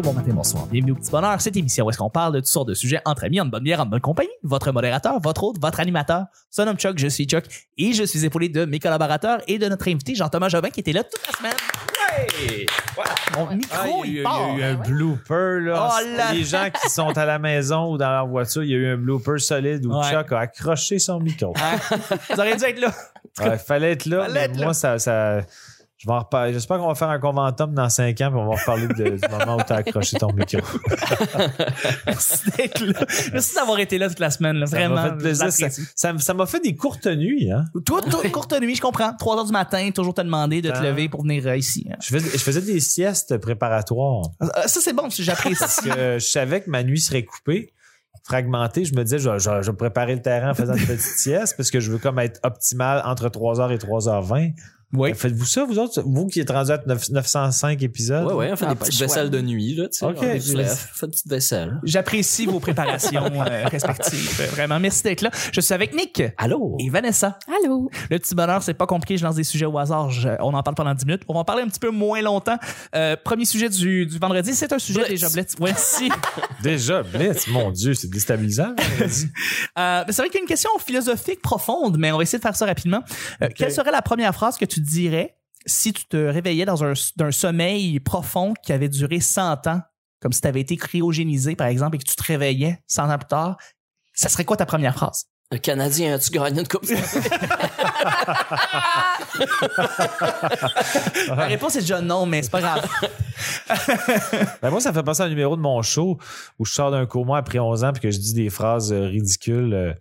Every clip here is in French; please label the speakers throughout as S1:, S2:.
S1: bon matin, bonsoir. Bienvenue au Petit Bonheur, cette émission où est-ce qu'on parle de toutes sortes de sujets entre amis, en bonne bière, en bonne compagnie. Votre modérateur, votre hôte, votre animateur. Son nom Chuck, je suis Chuck et je suis épaulé de mes collaborateurs et de notre invité Jean-Thomas Jobin qui était là toute la semaine. Mon micro, il
S2: il y a eu- il y
S1: part.
S2: a eu un
S3: Ben
S2: blooper. Là.
S1: Oh là
S2: Les gens qui sont à la maison ou dans leur voiture, il y a eu un blooper solide où
S1: Ouais.
S2: Chuck a accroché son micro.
S1: Vous auriez dû être là.
S2: Il fallait être là,
S1: Fallait
S2: mais
S1: être là.
S2: moi, ça... ça- je vais en reparler. J'espère qu'on va faire un conventum dans 5 ans puis on va reparler de- du moment où tu as accroché ton micro.
S1: Merci d'être là. Merci d'avoir été là toute la semaine. là. Vraiment.
S2: ça m'a fait plaisir. Ça-
S1: j'apprécie.
S2: ça m- ça m'a fait des courtes nuits. Hein?
S1: Toi, toi, courte nuit, je comprends. 3 heures du matin, toujours te demander de te
S2: Ah.
S1: lever pour venir euh, ici.
S2: Je fais- je faisais, des siestes préparatoires.
S1: Euh, Ça, c'est bon, j'apprécie.
S2: Que je savais que ma nuit serait coupée, fragmentée. Je me disais, je, vais- je vais- je vais préparer le terrain en faisant une petite sieste parce que je veux comme être optimal entre 3h et 3h20.
S1: Oui.
S2: Ben, Faites-vous ça, vous autres? Vous qui êtes rendus à 9- 905 épisodes?
S4: Ouais, ouais, on fait
S1: Ah,
S4: des
S1: pas
S4: petites
S1: le choix.
S4: vaisselles de nuit, là, tu sais.
S2: Ok,
S4: on se
S2: j'ai-
S4: lève, fait une petite vaisselle.
S1: J'apprécie vos préparations euh, respectives. Vraiment, merci d'être là. Je suis avec Nick
S4: Allô?
S1: et Vanessa.
S3: Allô?
S1: Le petit bonheur, c'est pas compliqué. Je lance des sujets au hasard. Je- on en parle pendant 10 minutes. On va en parler un petit peu moins longtemps. Euh, premier sujet du, du vendredi, c'est un sujet
S4: Blitz.
S1: déjà blitz. Ouais, si.
S2: Déjà, Blitz, mon Dieu, c'est déstabilisant.
S1: Euh, mais c'est vrai qu'il y a une question philosophique profonde, mais on va essayer de faire ça rapidement. Euh, Quelle serait la première phrase que tu dirais si tu te réveillais dans un, d'un sommeil profond qui avait duré 100 ans, comme si tu avais été cryogénisé, par exemple, et que tu te réveillais 100 ans plus tard? Ça serait quoi ta première phrase?
S4: Un Canadien, as-tu gagné une coupe?
S2: Ah.
S1: La réponse est déjà non, mais c'est pas grave.
S2: Ben, moi, ça fait penser à un numéro de mon show où je sors d'un coma après 11 ans puis que je dis des phrases euh, ridicules euh,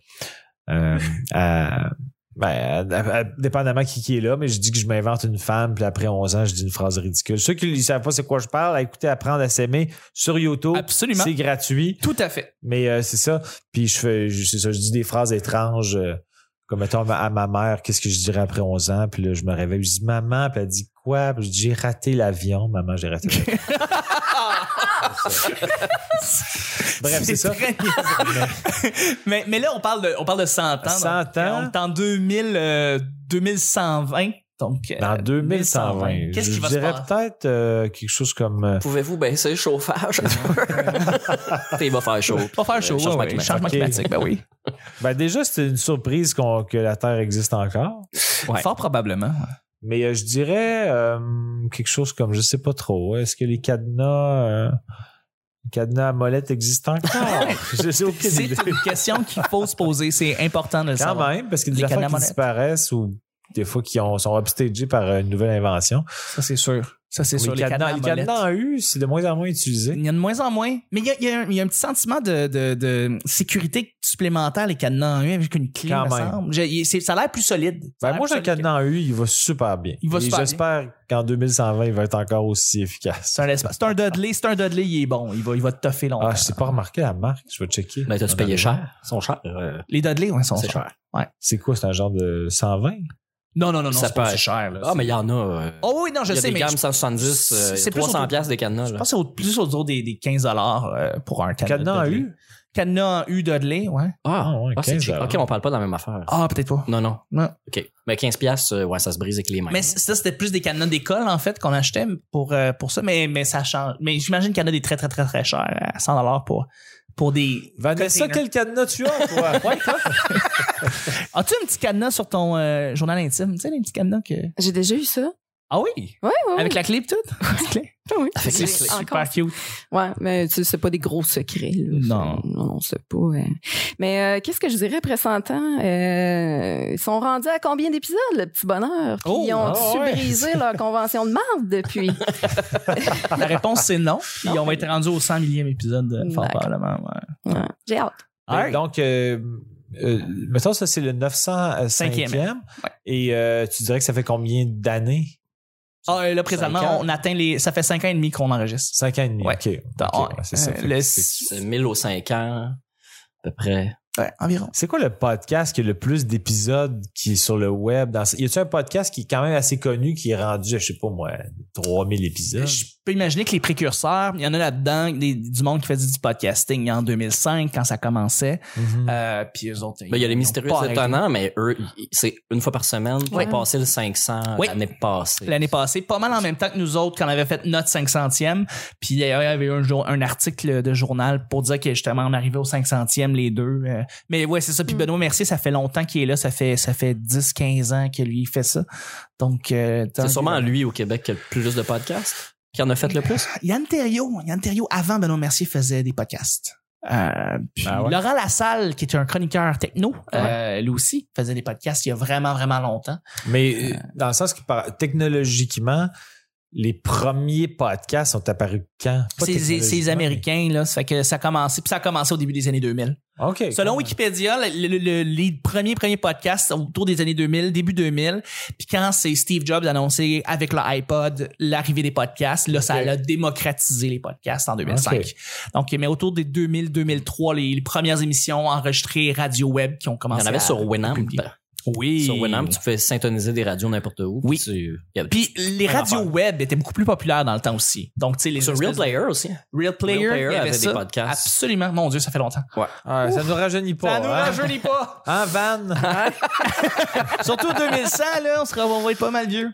S2: euh, à- ben, à- à- dépendamment qui, qui est là, mais je dis que je m'invente une femme, puis après 11 ans, je dis une phrase ridicule. Ceux qui ne savent pas c'est quoi je parle, à écouter Apprendre à s'aimer sur YouTube,
S1: Absolument.
S2: c'est gratuit,
S1: Tout à fait.
S2: mais euh, c'est ça. Puis je fais, je- c'est ça, je dis des phrases étranges, euh, comme mettons à ma- à ma mère, qu'est-ce que je dirais après 11 ans, puis là, je me réveille, je dis maman, puis elle dit quoi, puis je dis j'ai raté l'avion, maman, j'ai raté l'avion. Bref, c'est ça.
S1: très niaiseux. mais, mais là, on parle de, on parle de 100 ans. donc,
S2: 100
S1: euh, On
S2: ans
S1: est en 2000, euh, 2120. Donc, euh,
S2: dans 2120.
S1: Qu'est-ce qui
S2: je
S1: va se
S2: dirais
S1: passer?
S2: peut-être euh, quelque chose comme euh,
S4: Pouvez-vous baisser le chauffage? Il va faire
S2: Bah,
S4: chaud.
S1: Pas faire chaud.
S4: Euh, changement
S1: ouais, ouais,
S4: climatique.
S1: Changement
S2: Ok.
S1: climatique, ben oui.
S2: ben déjà c'était une surprise qu'on- que la Terre existe encore.
S4: Ouais.
S1: Fort probablement.
S2: Mais euh, je dirais euh, quelque chose comme je sais pas trop. Est-ce que les cadenas euh, les cadenas à molette existent encore Je sais aucune
S1: C'est
S2: idée.
S1: une question qu'il faut se poser. C'est important de le
S2: Quand
S1: savoir.
S2: même parce qu'il y
S1: Les
S2: a des
S1: cadenas à
S2: affaires qui
S1: molette.
S2: disparaissent ou des fois qui ont, sont upstagés par euh, une nouvelle invention.
S1: Ça, c'est sûr. Ça, c'est
S2: Mais
S1: sûr.
S2: les cadenas, les
S1: molette. Mm.
S2: cadenas à U, c'est de moins en moins utilisé.
S1: Il y en a de moins en moins. Mais il y a, il y a un, il y a un petit sentiment de, de- de sécurité supplémentaire, les cadenas en U, avec une clé,
S2: Quand
S1: me
S2: même.
S1: semble. J'ai- il- c'est- ça a l'air plus solide. Ça a
S2: Ben
S1: l'air
S2: moi,
S1: plus
S2: le
S1: solide que-
S2: cadenas à U, il va super bien.
S1: Il va
S2: Et
S1: super bien.
S2: J'espère qu'en 2120, il va être encore aussi efficace.
S1: C'est un espace. C'est un Dudley. C'est un Dudley. Il est bon. Il va, il va te toffer longtemps.
S2: Ah, je sais pas remarqué la marque, je vais checker.
S4: Mais t'as-tu
S2: ben,
S4: payé cher? Ils sont chers.
S2: Ah,
S4: Euh,
S1: Les Dudley, ouais, sont
S4: c'est
S1: chers.
S4: cher.
S2: C'est quoi, c'est un genre de 120?
S1: Non, non, non, non.
S4: Ça
S1: c'est pas
S4: peut
S1: si
S4: être-
S1: cher, là.
S2: ben,
S4: Ah, mais il y en a. euh,
S1: Oh oui, non, je
S4: il y a
S1: sais,
S4: des
S1: mais
S4: gammes
S1: je
S4: 170, euh,
S1: C'est plus
S4: 300
S1: autour-
S4: piastres des cadenas.
S1: je
S4: Là.
S1: pense que c'est au- plus autour des, des 15 euh, pour un cadenas.
S2: Cadenas à
S1: Dudley.
S2: U?
S1: Cadenas en U Dudley, ouais.
S4: Ah,
S2: ouais,
S4: ah, c'est
S2: 15
S4: cheap.
S2: dollars.
S4: Ok, on parle pas de la même affaire.
S1: Ah, peut-être pas.
S4: Non, non.
S1: Non.
S4: Ok. Mais 15 piastres, euh, ouais, ça se brise avec les mains.
S1: Mais c- ça, c'était plus des cadenas d'école, en fait, qu'on achetait pour, euh, pour ça. Mais, mais ça change. Mais j'imagine qu'il y en a des très, très, très, très chers euh, à 100 pour, pour des.
S2: Vanessa,
S1: containers.
S2: quel cadenas tu as, toi?
S1: Ouais, toi. As-tu un petit cadenas sur ton euh, journal intime? Tu sais, les petits cadenas que.
S3: J'ai déjà eu ça.
S1: Ah oui!
S3: Ouais, Ben ouais. Ben
S1: Avec la clé et tout? Petite clé?
S3: ouais, oui.
S4: Avec
S3: J'ai
S4: la clé.
S3: encore
S1: Super cute.
S3: Ouais, mais tu sais, c'est pas des gros secrets. Là.
S1: Non.
S3: C'est- Non, non, c'est pas. euh. Mais euh, qu'est-ce que je dirais après 100 ans? Euh, ils sont rendus à combien d'épisodes, le petit bonheur? Puis
S1: Oh,
S3: ils ont
S2: ah ouais.
S3: brisé leur convention de marde depuis.
S1: La réponse, c'est non. Puis
S3: Non.
S1: on va être rendu au 100 millième épisode, euh, fort
S3: D'accord.
S1: probablement. ouais.
S3: Ouais. J'ai hâte.
S1: Alright.
S2: Donc, euh, euh, mettons, ça, c'est le 905e.
S1: Cinquième. hein.
S2: Et euh, tu dirais que ça fait combien d'années?
S1: Ah, euh, là, présentement,
S2: Cinq ans.
S1: on atteint les. Ça fait 5 ans et demi qu'on enregistre.
S2: 5 ans et demi.
S1: Ouais.
S2: OK. OK,
S1: Ah,
S2: ouais, c'est ça.
S1: euh,
S2: Fait
S1: le-
S2: que c'est-
S4: C'est 1000 aux 5 ans, à peu près.
S1: Ouais, environ.
S2: C'est quoi le podcast qui a le plus d'épisodes qui est sur le web? Dans... Y a-t-il un podcast qui est quand même assez connu, qui est rendu, je sais pas moi, 3000 épisodes?
S1: Je peux imaginer que les précurseurs, il y en a là-dedans, des- du monde qui faisait du podcasting en 2005 quand ça commençait.
S2: Mhm.
S1: Euh, puis eux autres.
S4: Ben, il y a les
S1: ils ont
S4: mystérieux
S1: pas arrêté.
S4: étonnants, mais eux, ils- c'est une fois par semaine. Ils
S3: Ouais.
S4: ont passé le 500
S1: Oui.
S4: l'année passée.
S1: l'année passée, pas mal en même temps que nous autres quand on avait fait notre 500e. Puis d'ailleurs, il y avait un, jour, un article de journal pour dire que justement on arrivait au 500e les deux. Euh, Mais ouais, c'est ça. Puis
S3: Mm.
S1: Benoît Mercier, ça fait longtemps qu'il est là. Ça fait, ça fait 10-15 ans que lui il fait ça. Donc, euh,
S4: C'est
S1: tant-
S4: sûrement lui au Québec qui a le plus de podcasts, qui en a fait le plus.
S1: Yann Terriot, Yann Terriot, avant Benoît Mercier, faisait des podcasts. Euh, puis
S2: Ah ouais?
S1: Laurent Lassalle, qui est un chroniqueur techno, euh, lui aussi faisait des podcasts il y a vraiment, vraiment longtemps.
S2: Mais euh, dans le sens que par- technologiquement, les premiers podcasts sont apparus quand? Pas
S1: C'est c'est- c'est les
S2: technologiquement, mais-
S1: Américains, là. Ça fait que ça a commencé, puis ça a commencé au début des années 2000.
S2: OK.
S1: Selon
S2: cool.
S1: Wikipédia, le- le- le- les premiers premiers podcasts autour des années 2000, début 2000, puis quand c'est Steve Jobs annoncé avec le iPod l'arrivée des podcasts, là ça
S2: Ok.
S1: a démocratisé les podcasts en 2005.
S2: Ok.
S1: Donc mais autour des 2000-2003, les, les premières émissions enregistrées radio web qui ont
S4: Il y
S1: commencé.
S4: en avait
S1: à-
S4: sur Winamp.
S1: publier. Oui.
S4: Sur Winamp, tu fais syntoniser des radios n'importe où.
S1: Oui.
S4: tu- il y a-
S1: Puis les
S4: Rien à
S1: radios
S4: faire.
S1: web étaient beaucoup plus populaires dans le temps aussi. Donc tu sais les
S4: Sur Real
S1: espèces de-
S4: Player aussi.
S1: Real Player,
S4: Real Player
S1: il y avait
S4: avait des
S1: ça.
S4: podcasts.
S1: Absolument. Mon Dieu, ça fait longtemps.
S2: Ah, ça ne nous rajeunit pas.
S1: ça nous
S2: hein?
S1: rajeunit pas.
S2: Hein, Van?
S1: Surtout 2100, là, on, sera, on va être pas mal vieux.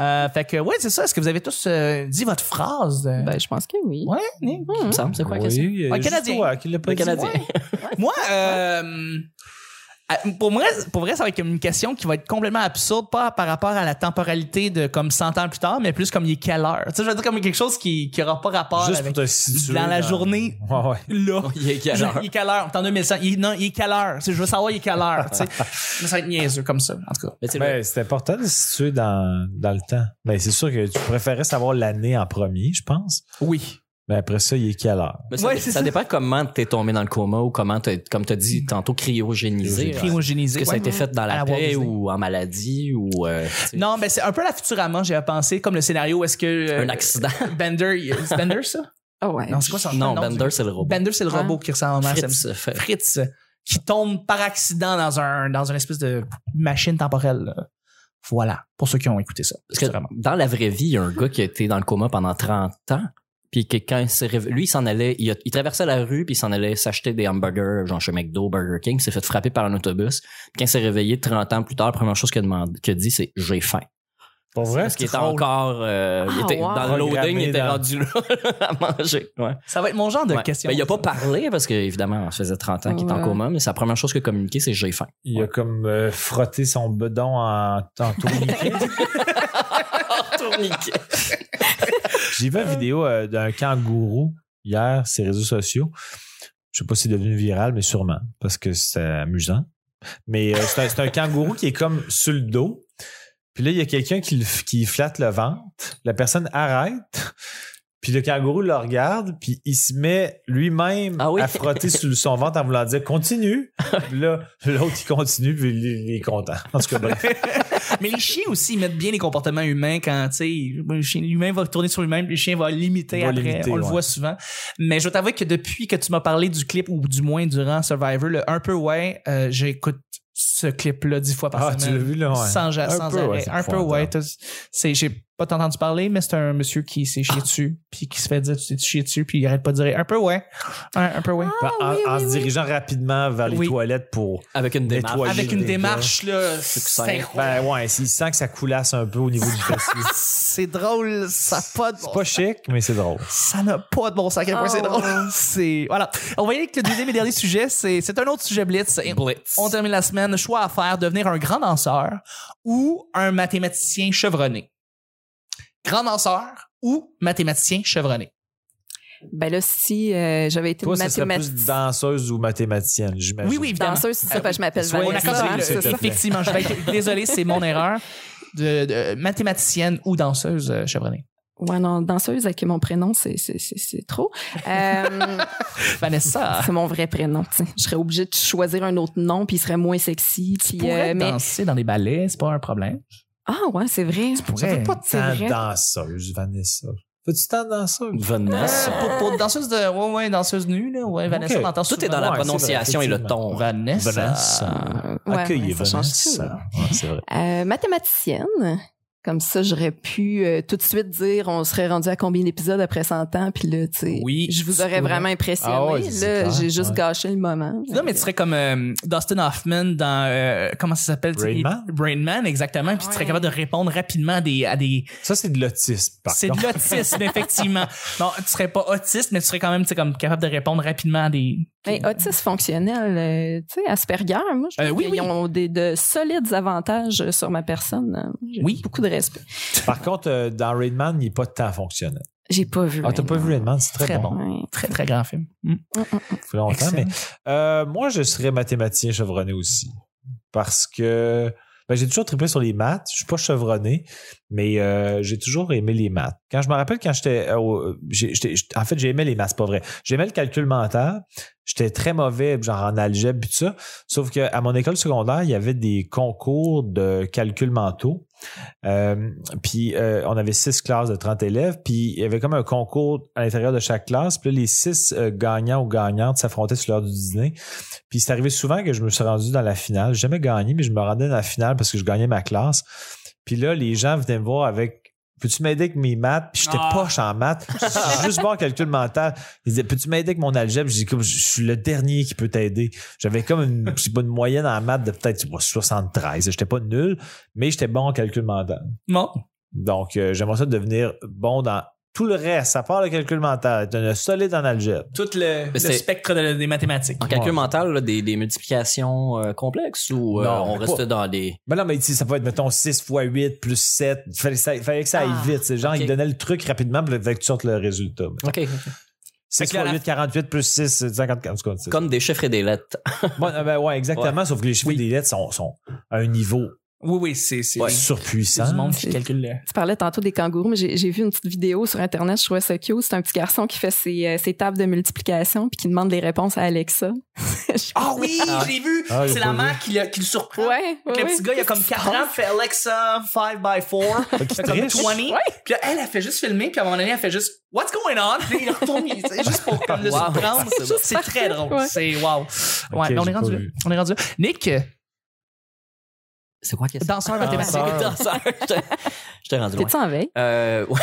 S1: Euh, fait que, ouais, c'est ça. Est-ce que vous avez tous euh, dit votre phrase? euh?
S3: Ben, je pense que oui.
S1: ouais, Nick?
S4: Il me semble, c'est quoi la question?
S2: Oui, euh,
S1: Un
S2: juste
S1: Canadien.
S2: toi qui l'as pas
S4: Le
S2: dit.
S4: Canadien.
S1: Moi, euh, euh, pour, moi, pour vrai, ça va être comme une question qui va être complètement absurde, pas par rapport à la temporalité de comme 100 ans plus tard, mais plus comme il est quelle heure. Tu sais, je veux dire comme quelque chose qui n'aura pas rapport
S2: Juste pour
S1: avec
S2: te situer.
S1: dans la journée.
S2: Ouais, ouais.
S1: là.
S4: Il est quelle heure?
S1: Il est quelle heure? T'es en 2100. Il, non, il est quelle heure? Tu sais, Je veux savoir il est quelle heure. tu sais. Mais ça va être niaiseux comme ça, en tout cas.
S4: Mais tu sais,
S2: Ben, c'est important de se situer dans, dans le temps. Ben, c'est sûr que tu préférais savoir l'année en premier, je pense.
S1: Oui.
S2: Mais après ça, il est quelle heure?
S4: Mais ça,
S1: Ouais,
S4: dé-
S1: c'est
S4: ça
S1: ça.
S4: dépend comment t'es tombé dans le coma ou comment, t'as- comme t'as dit tantôt,
S2: Cryogénisé.
S4: cryogénisé. Est-ce
S1: Cryogénisé.
S4: que ça a
S1: ouais.
S4: été fait dans
S1: À la
S4: la
S1: Walt
S4: paix
S1: Disney.
S4: ou en maladie ou euh, tu sais,
S1: Non, ben c'est un peu la Futurama, j'avais pensé, comme le scénario où est-ce que. euh,
S4: un accident?
S1: Bender, il- c'est Bender ça?
S3: Ah ouais.
S1: Non, c'est quoi son
S4: Non,
S1: nom?
S4: Bender, c'est le robot.
S1: Bender, c'est le
S3: Ouais.
S1: robot qui ressemble à Homer
S4: Fritz,
S1: Simpson.
S4: fait-
S1: Fritz, qui tombe par accident dans un dans une espèce de machine temporelle. là. Voilà, pour ceux qui ont écouté ça.
S4: Parce que
S1: Futurama.
S4: dans la vraie vie, il y a un gars qui a été dans le coma pendant 30 ans. Puis que quand il s'est réve- lui, il s'en allait, il, a- il traversait la rue, puis il s'en allait s'acheter des hamburgers, genre chez McDo, Burger King, il s'est fait frapper par un autobus. Puis quand il s'est réveillé 30 ans plus tard, la première chose qu'il a, demandé- qu'il a dit, c'est j'ai faim.
S2: Pour vrai?
S4: Parce qu'il était
S2: Drôle.
S4: encore euh, il
S3: Ah,
S4: était,
S3: wow.
S4: dans le loading, il était
S2: Programmé
S4: rendu là à manger. Ouais.
S1: Ça va être mon genre de
S4: Ouais.
S1: question.
S4: Ben, il a pas parlé parce qu'évidemment, ça faisait 30 ans qu'il était en
S3: Ouais.
S4: coma, mais sa première chose qu'il a communiqué, c'est j'ai faim.
S2: Il a comme euh, frotté son bedon en, en tourniquet. J'ai vu une vidéo euh, d'un kangourou hier, sur les réseaux sociaux. Je sais pas si c'est devenu viral, mais sûrement, parce que c'est amusant. Mais euh, c'est un, c'est un kangourou qui est comme sur le dos. Puis là, il y a quelqu'un qui, le f- qui flatte le ventre. La personne arrête. Puis le kangourou le regarde, puis il se met lui-même
S4: Ah oui?
S2: à frotter sur son ventre en voulant dire continue. Puis là, l'autre, il continue, puis il, il est content. En tout cas, bref.
S1: Mais les chiens aussi ils mettent bien les comportements humains quand tu sais le chien- l'humain va tourner sur lui-même, puis le chien va l'imiter
S2: Va
S1: après.
S2: l'imiter,
S1: On le
S2: ouais.
S1: voit souvent. Mais je t'avoue que depuis que tu m'as parlé du clip ou du moins durant Survivor, le un peu ouais, euh, j'écoute ce clip-là dix fois par
S2: Ah, tu l'as
S1: semaine.
S2: vu, là? ouais.
S1: Sans, ja-
S2: Un
S1: sans
S2: peu, ouais,
S1: arrêt.
S2: c'est
S1: un peu,
S2: épouvantable.
S1: ouais. t'as- c'est- J'ai pas tant entendu parler, mais c'est un monsieur qui s'est chié dessus, puis qui se fait dire tu t'es chié dessus, puis il arrête pas de dire un peu, ouais. Un, un peu, ouais.
S2: en,
S3: oui,
S2: en
S3: oui,
S2: se
S3: oui.
S2: dirigeant rapidement vers les
S1: Oui.
S2: toilettes pour
S4: Avec une démarche.
S2: Nettoyer.
S1: Avec une
S2: Ah, des
S1: démarche, là, c'est
S4: Succinct.
S1: incroyable.
S2: Ben ouais, s'il sent que ça coulasse un peu au niveau du fessier.
S1: C'est drôle, ça a pas de bon
S2: C'est pas chic, mais c'est drôle.
S1: Ça n'a pas de bon sens à quel point
S3: Oh.
S1: c'est drôle. C'est voilà. On va y aller avec le deuxième et dernier sujet. C'est c'est un autre sujet blitz. Et
S4: Blitz.
S1: On termine la semaine. Choix à faire devenir un grand danseur ou un mathématicien chevronné. Grand danseur ou mathématicien chevronné.
S3: Ben là, si euh, j'avais été
S2: Toi, ça serait plus
S3: mathématicienne,
S2: danseuse ou mathématicienne, j'imagine.
S1: Oui, oui, évidemment.
S3: danseuse, c'est ça,
S1: Ah
S3: parce que je m'appelle
S2: Soyez
S1: On
S3: Vanessa.
S1: accorde
S3: hein,
S1: le-
S2: s'il
S3: c'est
S2: te
S3: ça.
S2: plaît.
S1: effectivement. Je vais être- désolé, c'est mon erreur. De, de mathématicienne ou danseuse euh, chevronnée.
S3: Ouais, non, danseuse avec mon prénom, c'est, c'est, c'est, c'est trop. Euh,
S1: Vanessa.
S3: c'est mon vrai prénom. tu sais. Je serais obligée de choisir un autre nom, puis il serait moins sexy. Puis,
S1: Pourrait
S3: euh, mais...
S1: danser dans des ballets, c'est pas un problème.
S3: Ah ouais, c'est vrai.
S1: pourrais.
S2: Ça fait pas
S3: C'est
S2: tant
S3: vrai.
S2: danseuse, Vanessa. Fais-tu tant dans ça?
S3: Ah.
S4: Vanessa.
S1: Euh, pour, pour danseuse de. Ouais, ouais, danseuse nue, là. Ouais, Vanessa,
S2: Ok.
S1: on entend
S4: Ah, Tout est
S1: souvent.
S4: dans la
S2: Ouais, c'est vrai,
S4: prononciation et le ton. hein.
S1: Vanessa.
S2: Vanessa.
S3: Euh, ouais,
S2: Accueillez
S3: ouais, ça change
S2: Vanessa. Ouais, c'est vrai.
S3: tout. Euh, mathématicienne. Comme ça, j'aurais pu euh, tout de suite dire on serait rendu à combien d'épisodes après 100 ans, puis là, tu sais,
S4: Oui,
S3: je vous
S4: tu
S3: aurais
S4: pourrais.
S3: vraiment impressionné.
S2: Ah ouais, c'est
S3: là,
S2: clair,
S3: j'ai juste
S2: ouais.
S3: gâché le moment.
S1: Non, mais tu serais comme euh, Dustin Hoffman dans. euh, comment ça s'appelle? tu sais,
S2: Rain Man?
S1: Rain Man, exactement. Puis tu serais
S3: Ouais.
S1: capable de répondre rapidement à des. À des...
S2: Ça, c'est de l'autisme, par
S1: C'est de
S2: contre.
S1: l'autisme, effectivement. Non, tu serais pas autiste, mais tu serais quand même tu sais, comme capable de répondre rapidement à des.
S3: Mais autisme fonctionnel, euh, tu sais, Asperger, moi, je
S1: Euh,
S3: trouve
S1: oui, oui.
S3: qu'ils ont des, de solides avantages sur ma personne. J'ai
S1: Oui.
S3: beaucoup de respect.
S2: Par contre, euh, dans Raidman, il n'est pas tant fonctionnel.
S3: J'ai pas vu.
S2: Ah, t'as pas vu Raidman? C'est très,
S1: Très
S2: bon.
S1: bon.
S3: Ouais.
S1: Très, très grand film. Mm.
S2: Ça fait longtemps,
S1: Excellent.
S2: mais euh, moi, je serais mathématicien chevronné aussi. Parce que ben, j'ai toujours trippé sur les maths. Je suis pas chevronné, mais euh, j'ai toujours aimé les maths. Quand je me rappelle, quand j'étais. euh, au- j'ai- j'étais- j'étais- en fait, j'aimais les maths, c'est pas vrai. J'aimais le calcul mental. J'étais très mauvais, genre en algèbre et tout ça. Sauf qu'à mon école secondaire, il y avait des concours de calculs mentaux. Euh, puis euh, on avait six classes de 30 élèves, puis il y avait comme un concours à l'intérieur de chaque classe. Puis là, les six euh, gagnants ou gagnantes s'affrontaient sur l'heure du dîner. Puis c'est arrivé souvent que je me suis rendu dans la finale. J'ai jamais gagné, mais je me rendais dans la finale parce que je gagnais ma classe. Puis là, les gens venaient me voir avec Peux-tu m'aider avec mes maths? Puis j'étais
S1: Ah.
S2: poche en maths. Je suis juste bon en calcul mental. Ils disaient Peux-tu m'aider avec mon algèbre? Je dis comme je suis le dernier qui peut t'aider. J'avais comme une, je sais pas, une moyenne en maths de peut-être je sais pas, 73. J'étais pas nul, mais j'étais bon en calcul mental.
S1: Bon.
S2: Donc, euh, j'aimerais ça devenir bon dans tout le reste, à part le calcul mental, être un solide en algèbre.
S1: Tout le, le
S4: c'est-
S1: spectre de- des mathématiques.
S4: En calcul
S2: Ouais.
S4: mental, là, des, des multiplications euh, complexes ou euh,
S2: Non,
S4: on
S2: mais
S4: reste
S2: pas-
S4: dans des.
S2: Mais Ben non, mais ici, ça peut être, mettons, 6 fois 8 plus 7. Il fallait, que ça- fallait que ça aille
S3: Ah,
S2: vite. C'est genre,
S4: ok.
S2: ils donnaient le truc rapidement, puis il fallait que tu sortes le résultat.
S4: OK.
S2: 6
S1: Fait que là,
S2: fois
S1: la-
S2: 8, 48 plus 6, 54. En tout cas, c'est-
S4: Comme des chiffres et des lettres.
S2: Bon, euh, ben ouais, exactement, sauf que les chiffres
S1: Oui.
S2: des lettres sont, sont à un niveau
S1: Oui, oui, c'est. C'est c'est
S2: surpuissant.
S1: du monde qui
S3: C'est-
S1: calcule le.
S3: Tu parlais tantôt des kangourous, mais j'ai j'ai vu une petite vidéo sur Internet, je trouvais ça cute. C'est un petit garçon qui fait ses, euh, ses tables de multiplication puis qui demande les réponses à Alexa.
S1: Ah oui,
S4: Ah.
S1: j'ai vu.
S2: Ah, j'ai
S1: c'est
S2: pas
S1: la
S2: vu.
S1: mère qui le, qui le surprend.
S3: Ouais,
S1: Fait que
S3: ouais,
S1: le petit
S3: ouais.
S1: gars, il a comme 4 ans, fait Alexa 5x4,
S2: Fait qu'il
S1: fait comme
S2: triche.
S1: 20. Puis là, elle, elle fait juste filmer, puis à un moment donné, elle fait juste What's going on? Puis il retourne, il- c'est juste pour comme le
S4: Wow.
S1: surprendre.
S4: C'est bon.
S1: C'est très drôle.
S3: Ouais.
S1: C'est wow. Ouais,
S2: Ok,
S1: mais on
S2: j'ai
S1: est rendu
S2: pas
S1: là.
S2: vu.
S1: On est rendu là. Nick, euh,
S4: C'est quoi la question?
S1: danseur mathématique.
S2: Danseur.
S4: Danseur. Je t'ai rendu loin.
S3: T'es-tu en veille?
S4: Euh, ouais,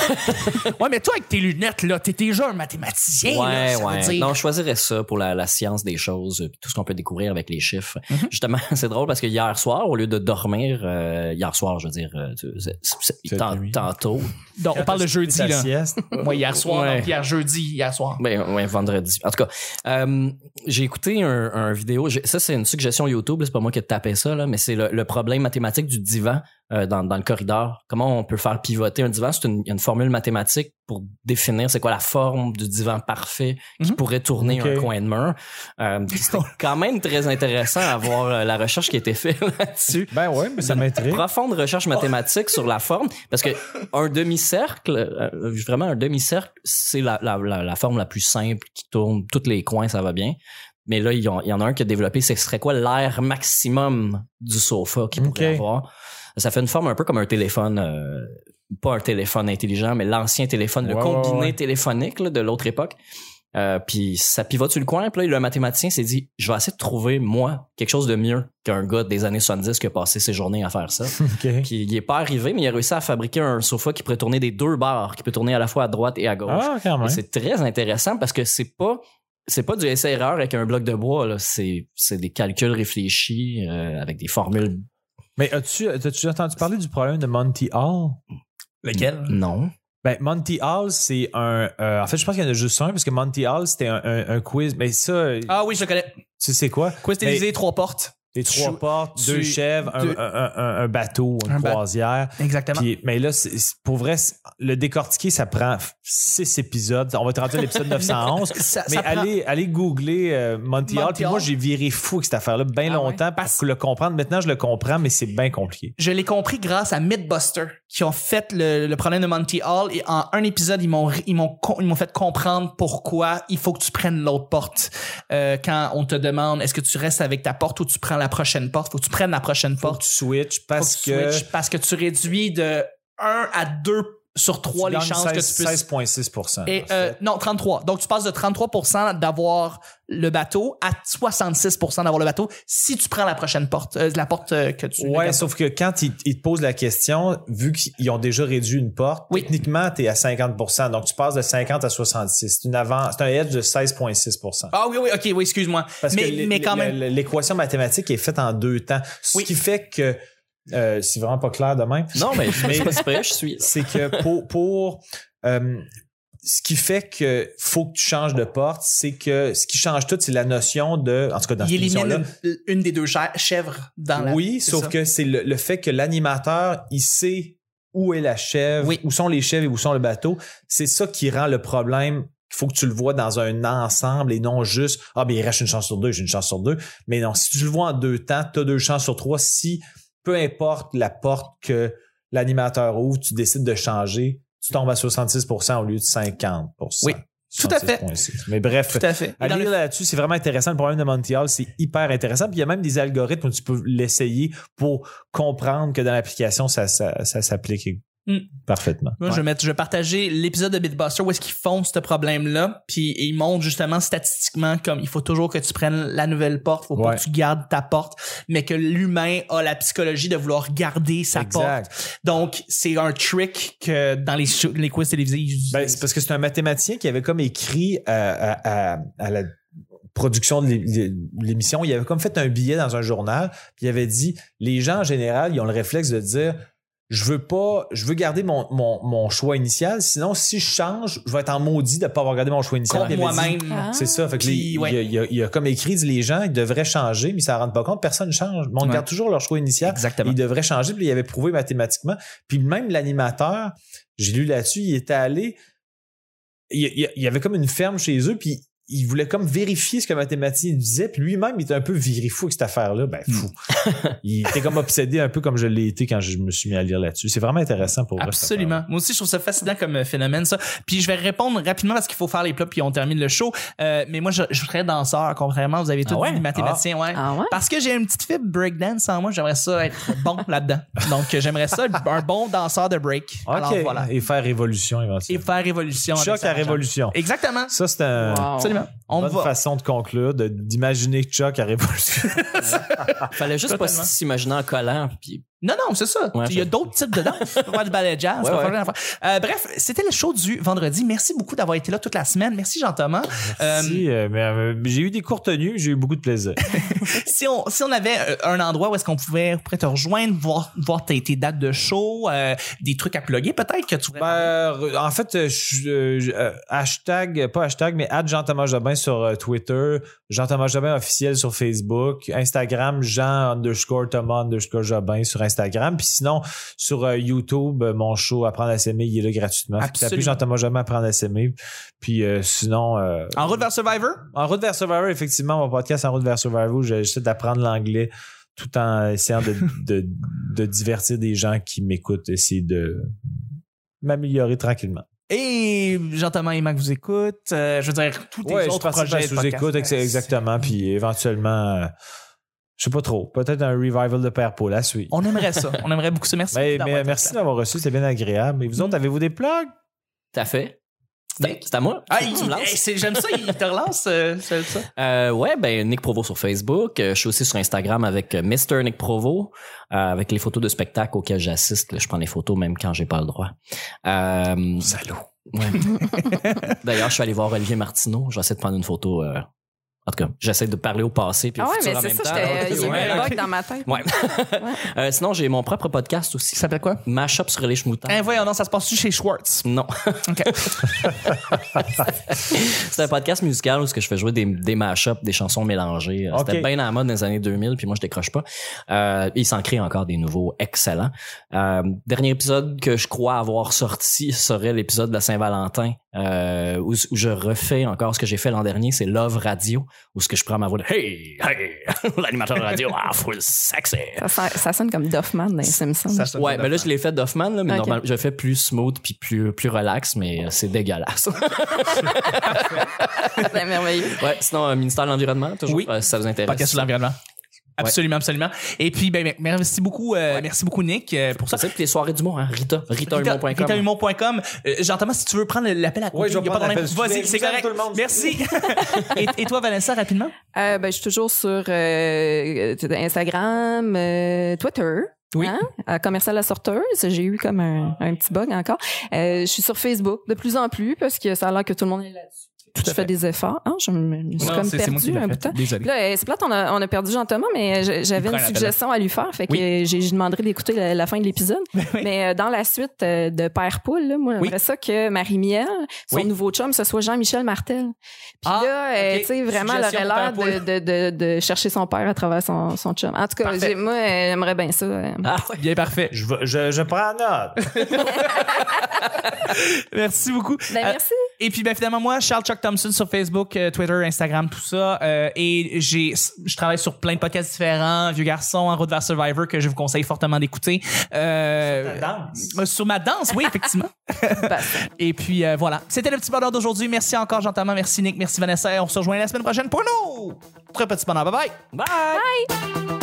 S1: Ouais, mais toi, avec tes lunettes, là, t'es déjà un mathématicien. là,
S4: ouais,
S1: ça veut
S4: ouais.
S1: dire.
S4: Non, je choisirais ça pour la, la science des choses, euh, puis tout ce qu'on peut découvrir avec les chiffres.
S1: Mhm.
S4: Justement, c'est drôle parce que hier soir, au lieu de dormir, euh, hier soir, je veux dire, euh, tu- c'est- c'est-
S2: Cette
S4: tant-
S2: nuit.
S4: tantôt,
S1: Donc, on parle de jeudi,
S2: Ta
S1: là.
S2: sieste.
S1: Moi, hier soir,
S4: Ouais.
S1: non, hier jeudi, hier soir.
S4: Ben ouais, vendredi. En tout cas, euh, j'ai écouté un, un vidéo. j'ai- Ça, c'est une suggestion YouTube. C'est pas moi qui ai tapé ça, là, mais c'est le, le problème mathématique du divan euh, dans, dans le corridor. Comment on peut faire pivoter un divan C'est une, il y a une formule mathématique pour définir c'est quoi la forme du divan parfait qui
S1: Mhm.
S4: pourrait tourner
S2: Ok.
S4: un coin de mur. Euh, C'était quand même très intéressant à voir euh, la recherche qui a été faite là-dessus
S2: Ben ouais, mais ça m'intrigue.
S4: profonde recherche mathématique sur la forme parce que un demi-cercle euh, vraiment un demi-cercle c'est la, la, la, la forme la plus simple qui tourne tous les coins ça va bien mais là ils ont- il y en a un qui a développé c'est serait quoi l'air maximum du sofa qu'il pourrait
S2: Ok.
S4: avoir ça fait une forme un peu comme un téléphone euh, pas un téléphone intelligent mais l'ancien téléphone le
S2: Ouais, ouais,
S4: combiné
S2: ouais.
S4: téléphonique là, de l'autre époque euh, puis ça pivote sur le coin. Puis là, le mathématicien s'est dit, je vais essayer de trouver, moi, quelque chose de mieux qu'un gars des années 70 qui a passé ses journées à faire ça.
S2: OK.
S4: Puis il est pas arrivé, mais il a réussi à fabriquer un sofa qui pourrait tourner des deux barres, qui peut tourner à la fois à droite et à gauche.
S2: Ah, quand
S4: Et
S2: même.
S4: oh, C'est très intéressant parce que c'est pas c'est pas du essai-erreur avec un bloc de bois là, c'est c'est des calculs réfléchis euh, avec des formules.
S2: Mais as-tu as-tu entendu parler du problème de Monty Hall?
S1: Lequel?
S4: Non.
S2: Ben, Monty Hall, c'est un. euh, en fait, je pense qu'il y en a juste un, parce que Monty Hall, c'était un, un- un quiz. Mais ça, euh,
S1: Ah oui, je le connais.
S2: tu sais quoi?
S1: Quiz télévisé, trois portes.
S2: Les
S1: tu-
S2: trois portes,
S1: tu-
S2: deux chèvres, un-
S1: deux-
S2: Un, un- un- un bateau, une
S1: Un ba-
S2: croisière.
S1: Exactement.
S2: Puis- mais là, c'est- c'est- pour vrai, c'est- le décortiquer, ça prend f- six épisodes. On va te rendre à l'épisode 911.
S1: Ça-
S2: Mais
S1: ça prend-
S2: allez, allez googler euh, Monty Hall.
S1: Monty
S2: Puis moi,
S1: Hall.
S2: j'ai viré fou avec cette affaire-là bien
S3: Ah
S2: longtemps parce que le comprendre. Maintenant, je le comprends, mais c'est bien compliqué.
S1: Je l'ai compris grâce à Mythbuster qui ont fait le, le problème de Monty Hall et en un épisode ils m'ont ils m'ont con- ils m'ont fait comprendre pourquoi il faut que tu prennes l'autre porte Euh, quand on te demande est-ce que tu restes avec ta porte ou tu prends la prochaine porte faut que tu prennes la prochaine
S2: Faut que
S1: porte
S2: tu switches
S1: Faut
S2: parce
S1: tu
S2: que.
S1: switches parce que tu réduis de 1 à 2 sur 3 les chances que tu puisses.
S2: 16,6
S1: Et,
S2: en
S1: euh,
S2: fait.
S1: non, 33. Donc, tu passes de 33 d'avoir le bateau à 66 d'avoir le bateau si tu prends la prochaine porte, euh, la porte euh, que tu.
S2: Ouais, sauf que quand ils, ils te posent la question, vu qu'ils ont déjà réduit une porte,
S1: Oui.
S2: techniquement, tu es à 50 Donc, tu passes de 50 à 66. C'est une avance, c'est un edge de 16,6
S1: Ah oui, oui, ok, oui, excuse-moi.
S2: Parce
S1: Mais-
S2: que l'é-
S1: mais quand
S2: l'é-
S1: même.
S2: l'é- l'équation mathématique est faite en deux temps. Ce
S1: Oui.
S2: qui fait que, euh, c'est vraiment pas clair de même,
S4: Non, mais je suis pas si près, je suis. là.
S2: c'est que pour, pour euh, ce qui fait que faut que tu changes de porte, c'est que ce qui change tout, c'est la notion de, en tout cas dans
S1: Il
S2: cette émission-là,
S1: élimine une, une des deux chè- chèvres dans la.
S2: oui,
S1: c'est
S2: sauf
S1: ça.
S2: que c'est le, le fait que l'animateur, il sait où est la chèvre,
S1: Oui.
S2: où sont les chèvres et où sont le bateau. C'est ça qui rend le problème. Il faut que tu le vois dans un ensemble et non juste Ah, ben il reste une chance sur deux, j'ai une chance sur deux. Mais non, si tu le vois en deux temps, tu as deux chances sur trois. Si peu importe la porte que l'animateur ouvre, tu décides de changer, tu tombes à 66 au lieu de 50
S1: Oui, tout à fait.
S2: 66,6. Mais bref,
S1: Tout à fait. Et dans
S2: Allez
S1: le-
S2: là-dessus, c'est vraiment intéressant. Le problème de Monty Hall, c'est hyper intéressant. Puis il y a même des algorithmes où tu peux l'essayer pour comprendre que dans l'application, ça, ça, ça s'applique
S1: Mm.
S2: parfaitement.
S1: Moi, je, vais mettre- je vais partager l'épisode de Bitbuster où est-ce qu'ils font ce problème-là, puis ils montrent justement statistiquement comme il faut toujours que tu prennes la nouvelle porte, faut
S2: Ouais.
S1: pas que tu gardes ta porte, mais que l'humain a la psychologie de vouloir garder sa porte.
S2: Exact.
S1: Donc, c'est un trick que dans les, show- les quiz télévisés, ils utilisent.
S2: Ben, c'est parce que c'est un mathématicien qui avait comme écrit euh, à, à- à la production de l'é- l'é- l'émission, il avait comme fait un billet dans un journal, puis il avait dit les gens en général, ils ont le réflexe de dire je veux pas, je veux garder mon, mon, mon choix initial, sinon si je change, je vais être en maudit de pas avoir gardé mon choix initial.
S1: contre
S2: Il avait dit,
S1: moi-même.
S3: Ah.
S2: C'est ça. Fait que
S1: Puis,
S2: les-
S1: ouais.
S2: il, y a, il y a- il y a comme écrit, dit, les gens, ils devraient changer, mais ils s'en rendent pas compte. Personne ne change. Mais On
S1: Ouais.
S2: garde toujours leur choix initial.
S1: Exactement.
S2: Ils devraient changer. Puis il avait prouvé mathématiquement. Puis même l'animateur, j'ai lu là-dessus, il était allé. Il, il- il y avait comme une ferme chez eux, puis il voulait comme vérifier ce que le mathématicien disait. Puis lui-même, il était un peu viré fou avec cette affaire-là. Ben,
S1: Hmm.
S2: fou. il était comme obsédé un peu comme je l'ai été quand je me suis mis à lire là-dessus. C'est vraiment intéressant pour vrai, cette
S1: Absolument. Moi aussi, je trouve ça fascinant comme euh, phénomène, ça. Puis je vais répondre rapidement parce qu'il faut faire les plats, puis on termine le show. Euh, mais moi, je, je serais danseur, contrairement. Vous avez tous
S4: Ah ouais?
S1: dit mathématicien, ouais.
S3: Ah ouais?
S1: Parce que j'ai une petite fibre breakdance en moi, j'aimerais ça être bon là-dedans. Donc, euh, j'aimerais ça être un bon danseur de break.
S2: affaire-là.
S1: Alors
S2: OK.
S1: voilà.
S2: Et faire révolution
S1: Et
S2: éventuellement.
S1: faire révolution. avec
S2: Choc
S1: ça,
S2: à
S1: Jean.
S2: révolution.
S1: Exactement.
S2: Ça, c'est un.
S3: Wow.
S1: Absolument. On
S2: bonne
S1: va.
S2: façon de conclure, de- d'imaginer que Chuck a révolutionné.
S4: Fallait juste pas
S1: Totalement.
S4: s'imaginer en collant, puis
S1: Non, non, c'est ça.
S4: Ouais,
S1: Il y a d'autres types de danse. Tu peux faire du ballet jazz. tu peux
S4: Ouais,
S1: faire plein d'affaires. Euh, bref, c'était le show du vendredi. Merci beaucoup d'avoir été là toute la semaine. Merci, Jean-Thomas. Euh,
S2: Si, euh, mais, euh, j'ai eu des courtes tenues, j'ai eu beaucoup de plaisir.
S1: si on si on avait euh, un endroit où est-ce qu'on pouvait, on pourrait te rejoindre, voir voir tes, tes dates de show, euh, des trucs à plugger peut-être que tu pourrais-
S2: Ben, re- en fait, euh, je- euh, je- euh, hashtag, pas hashtag, mais at Jean-Thomas Jobin sur euh, Twitter, Jean-Thomas Jobin officiel sur Facebook, Instagram, Jean underscore Thomas underscore Jobin sur Instagram. Puis sinon, sur euh, YouTube, euh, mon show Apprendre à s'aimer, il est là gratuitement. Fait que
S1: Absolument.
S2: tapez Jean-Thomas Jobin Apprendre à s'aimer. Puis euh, sinon... euh,
S1: En route vers Survivor.
S2: En route vers Survivor, effectivement, mon podcast En route vers Survivor, j'ai- j'essaie d'apprendre l'anglais tout en essayant de, de- de divertir des gens qui m'écoutent, essayer de m'améliorer tranquillement.
S1: Et Jean-Thomas et Mac vous écoutent. Euh, je veux dire, tous tes
S2: Ouais, je
S1: autres
S2: participe
S1: projets
S2: à
S1: de
S2: sous-écoute,
S1: podcast.
S2: ex- exactement, puis éventuellement, euh, je sais pas trop, peut-être un revival de Père Paul à suivre.
S1: On aimerait ça. On aimerait beaucoup ça. Merci.
S2: Mais,
S1: beaucoup
S2: Ben,
S1: d'avoir
S2: mais
S1: Mm. été
S2: merci
S1: là.
S2: d'avoir reçu, c'était bien agréable. Et vous autres, avez-vous des plugs?
S4: t'as fait. C'est à-
S1: Mais-
S4: c'est à moi.
S1: Ah,
S4: Tu-
S1: il-
S4: tu me lances?
S1: hey, c'est- j'aime ça. Il te relance. euh, c'est ça.
S4: Euh, ouais, ben Nick Provo sur Facebook. Euh, je suis aussi sur Instagram avec euh, Mr. Nick Provo, euh, avec les photos de spectacles auxquels j'assiste. là. Je prends les photos même quand j'ai pas le droit. Euh, Salaud. D'ailleurs, je suis allé voir Olivier Martineau. J'essaie de prendre une photo. euh, en tout cas, j'essaie de parler au passé puis au
S3: Ah ouais,
S4: futur
S3: mais
S4: en
S3: c'est
S4: même temps.
S3: ça, j'étais- il y
S4: Ouais,
S3: a eu un
S4: ok.
S3: bug dans ma tête.
S4: Ouais. Euh, sinon, j'ai mon propre podcast aussi.
S1: Il s'appelle quoi?
S4: Mashup sur les chemoutards.
S1: Hein, voyons, non, ça se passe-tu chez Schwartz?
S4: Non.
S1: OK.
S4: C'est un podcast musical où ce que je fais jouer des, des mashups, des chansons mélangées. Euh, C'était
S2: Ok.
S4: bien à la mode dans les années 2000, puis moi je décroche pas. Euh, il s'en crée encore des nouveaux excellents. Euh, dernier épisode que je crois avoir sorti serait l'épisode de la Saint-Valentin euh, où, où je refais encore ce que j'ai fait l'an dernier, c'est Love Radio où ce que je prends ma voix de Hey, hey, l'animateur de radio, ah, full sexy.
S3: Ça, sent- ça sonne comme Doffman dans les Simpsons.
S4: Ouais, mais là je l'ai fait d'Hoffman, là, mais
S3: Ok.
S4: normal- je le fais plus smooth puis plus plus relax, mais euh, c'est dégueulasse.
S3: C'est merveilleux.
S4: Ouais, sinon, euh, ministère de l'Environnement, toujours,
S1: Oui.
S4: euh, si ça vous intéresse.
S1: Podcast sur l'environnement. Absolument, absolument. Et puis, ben, ben, merci beaucoup, euh, merci beaucoup, Nick, euh, pour ça.
S4: Ça, c'est les soirées d'humour, hein? Rita. RitaHumour.com.
S1: RitaHumour.com. Euh, Jean-Thomas, si tu veux prendre l'appel à côté,
S2: Ouais, je vais
S1: il y a pas de
S2: prendre
S1: problème.
S2: l'appel.
S1: Vas-y, c'est
S2: Vous aimez
S1: correct.
S2: tout le monde.
S1: Merci. et, et toi, Vanessa, rapidement?
S3: Euh, ben, je suis toujours sur euh, Instagram, euh, Twitter.
S4: Oui.
S3: Hein? À commercial la sorteuse, j'ai eu comme un, un petit bug encore. Euh, je suis sur Facebook de plus en plus parce que ça a l'air que tout le monde est là-dessus.
S1: à
S3: Je
S1: fait.
S3: fais des efforts. Hein? Je me, me suis
S1: Non,
S3: comme
S1: c'est- c'est moi qui
S3: perdu
S1: l'ai
S3: un bout
S1: fait.
S3: de temps.
S1: Désolé.
S3: Puis Là, euh, c'est plate, on a, on a perdu Jean-Thomas, mais euh, je- j'avais
S1: prend
S3: une
S1: la
S3: suggestion à lui faire. Fait que euh, j'ai- je lui demanderai d'écouter la, la fin de l'épisode. Mais euh, dans la suite euh, de Père Poule, là, moi,
S1: Oui.
S3: j'aimerais ça que Marie-Miel, son
S1: Oui.
S3: nouveau chum, ce soit Jean-Michel Martel. Puis
S1: Ah,
S3: là, euh,
S1: ok.
S3: tu sais, vraiment, elle aurait
S1: Suggestion
S3: l'air
S1: pour
S3: de, de, de, de chercher son père à travers son, son chum. En tout cas,
S1: Parfait.
S3: j'ai- moi, euh, j'aimerais bien ça. euh.
S4: Ah ouais.
S1: Bien parfait.
S2: Je, vais- je, je prends note.
S1: Merci beaucoup.
S3: Ben,
S1: Euh,
S3: merci.
S1: Et puis ben finalement moi Charles Chuck Thompson sur Facebook, euh, Twitter, Instagram, tout ça Euh, et j'ai je travaille sur plein de podcasts différents, vieux garçon en route vers Survivor que je vous conseille fortement d'écouter. Euh,
S2: Danse.
S1: euh, sur ma danse, oui, effectivement.
S3: Ben,
S1: Et puis euh, voilà, c'était le petit bonheur d'aujourd'hui. Merci encore Jean-Thomas, merci Nick, merci Vanessa. Et on se rejoint la semaine prochaine pour nous. Très petit bonheur. Bye bye.
S4: Bye!